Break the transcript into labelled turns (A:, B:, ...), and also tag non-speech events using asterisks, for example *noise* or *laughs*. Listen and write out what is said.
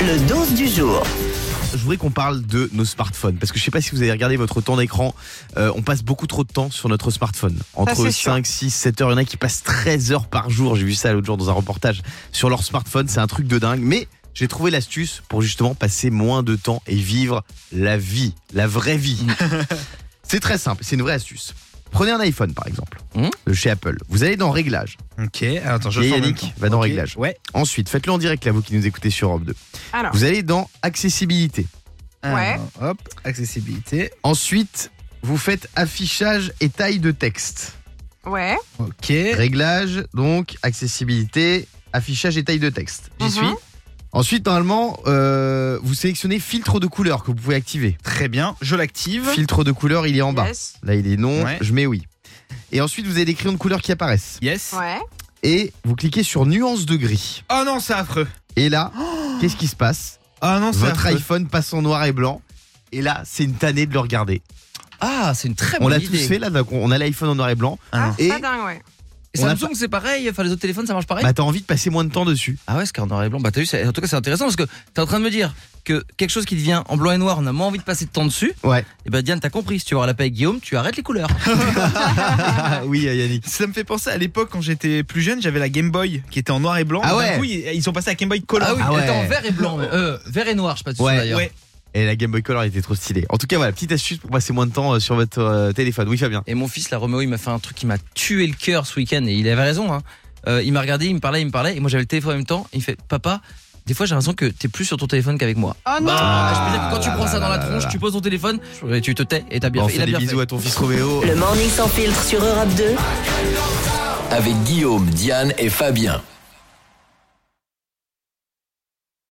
A: Le 12 du jour.
B: Je voudrais qu'on parle de nos smartphones parce que je sais pas si vous avez regardé votre temps d'écran. euh, on passe beaucoup trop de temps sur notre smartphone. Entre
C: c'est
B: 5, 6, 7 heures. Il y en a qui passent 13 heures par jour. J'ai vu ça l'autre jour dans un reportage sur leur smartphone. C'est un truc de dingue. Mais j'ai trouvé l'astuce pour justement passer moins de temps et vivre la vie, la vraie vie. c'est très simple. C'est une vraie astuce. Prenez un iPhone par exemple,
D: Mhm.
B: de chez Apple. Vous allez dans Réglages.
D: Ok, alors, attends, je
B: Et
D: le fais en
B: Yannick
D: même temps.
B: va dans
D: Ok,
B: Réglages.
D: Ouais.
B: Ensuite, faites-le en direct là, vous qui nous écoutez sur Europe 2.
C: Alors,
B: Vous allez dans Accessibilité.
D: Alors, hop, accessibilité.
B: Ensuite, vous faites affichage et taille de texte.
C: ouais.
D: Ok.
B: Réglage, donc, accessibilité, affichage et taille de texte. J'y
C: Mhm.
B: suis. Ensuite, normalement, euh, vous sélectionnez filtre de couleur que vous pouvez activer.
D: Très bien, je l'active.
B: Filtre de couleur, il est en bas.
C: Yes.
B: Là, il est non,
D: Ouais.
B: je mets oui. Et ensuite, vous avez des crayons de couleur qui apparaissent.
D: Yes.
C: Ouais.
B: Et vous cliquez sur nuance de gris.
D: Oh non, c'est affreux.
B: Et là, qu'est-ce qui se passe
D: Oh non, c'est
B: Votre
D: affreux.
B: iPhone passe en noir et blanc. Et là, c'est une tannée de le regarder.
E: Ah, c'est une très
B: On
E: bonne
B: l'a tous
E: idée.
B: fait, là, donc on a l'iPhone en noir et blanc.
C: Ah, c'est
B: Et-
C: pas dingue, ouais.
E: Et
B: On a
E: Samsung, c'est pareil. Enfin, les autres téléphones, ça marche pareil.
B: Bah, t'as envie de passer moins de temps dessus.
E: Ah ouais, ce qui est en noir et blanc. Bah, t'as vu, c'est- en tout cas, c'est intéressant parce que t'es en train de me dire que quelque chose qui devient en blanc et noir, on a moins envie de passer de temps dessus.
B: Ouais.
E: Et bah, Diane, t'as compris. Si tu vas à la paix avec Guillaume, tu arrêtes les couleurs. Ah.
B: *laughs* oui, euh, Yannick.
D: Ça me fait penser à l'époque quand j'étais plus jeune, j'avais la Game Boy qui était en noir et blanc.
B: Ah
D: D'un
B: ouais.
D: coup, ils ils sont passés à Game Boy Color.
E: *laughs* Ah oui,
B: Ah ouais.
E: attends, vert et blanc. Euh, vert et noir, je sais pas si tu
B: Ouais,
E: sais d'ailleurs.
D: ouais.
B: Et la Game Boy Color elle était trop stylée. En tout cas, voilà, petite astuce pour passer moins de temps euh, sur votre euh, téléphone. Oui, Fabien.
E: Et mon fils, la Roméo, il m'a fait un truc qui m'a tué le cœur ce week-end et il avait raison. hein. Euh, il m'a regardé, il me parlait, il me parlait et moi j'avais le téléphone en même temps. Il me fait Papa, des fois j'ai l'impression que t'es plus sur ton téléphone qu'avec moi.
C: Oh non
E: Bah, je peux dire que quand tu
B: là
E: prends
B: Ah là
E: ça dans
B: là
E: la
B: là
E: tronche,
B: là. Bah,
E: tu poses ton téléphone et tu te tais et t'as bien
B: Oh, On
E: fait. Il
B: fait
E: a
B: des
E: bien
B: bisous
E: fait.
B: à ton fils
E: *laughs*
B: Roméo.
A: Le morning sans filtre sur Europe 2.
F: avec Guillaume, Diane et Fabien.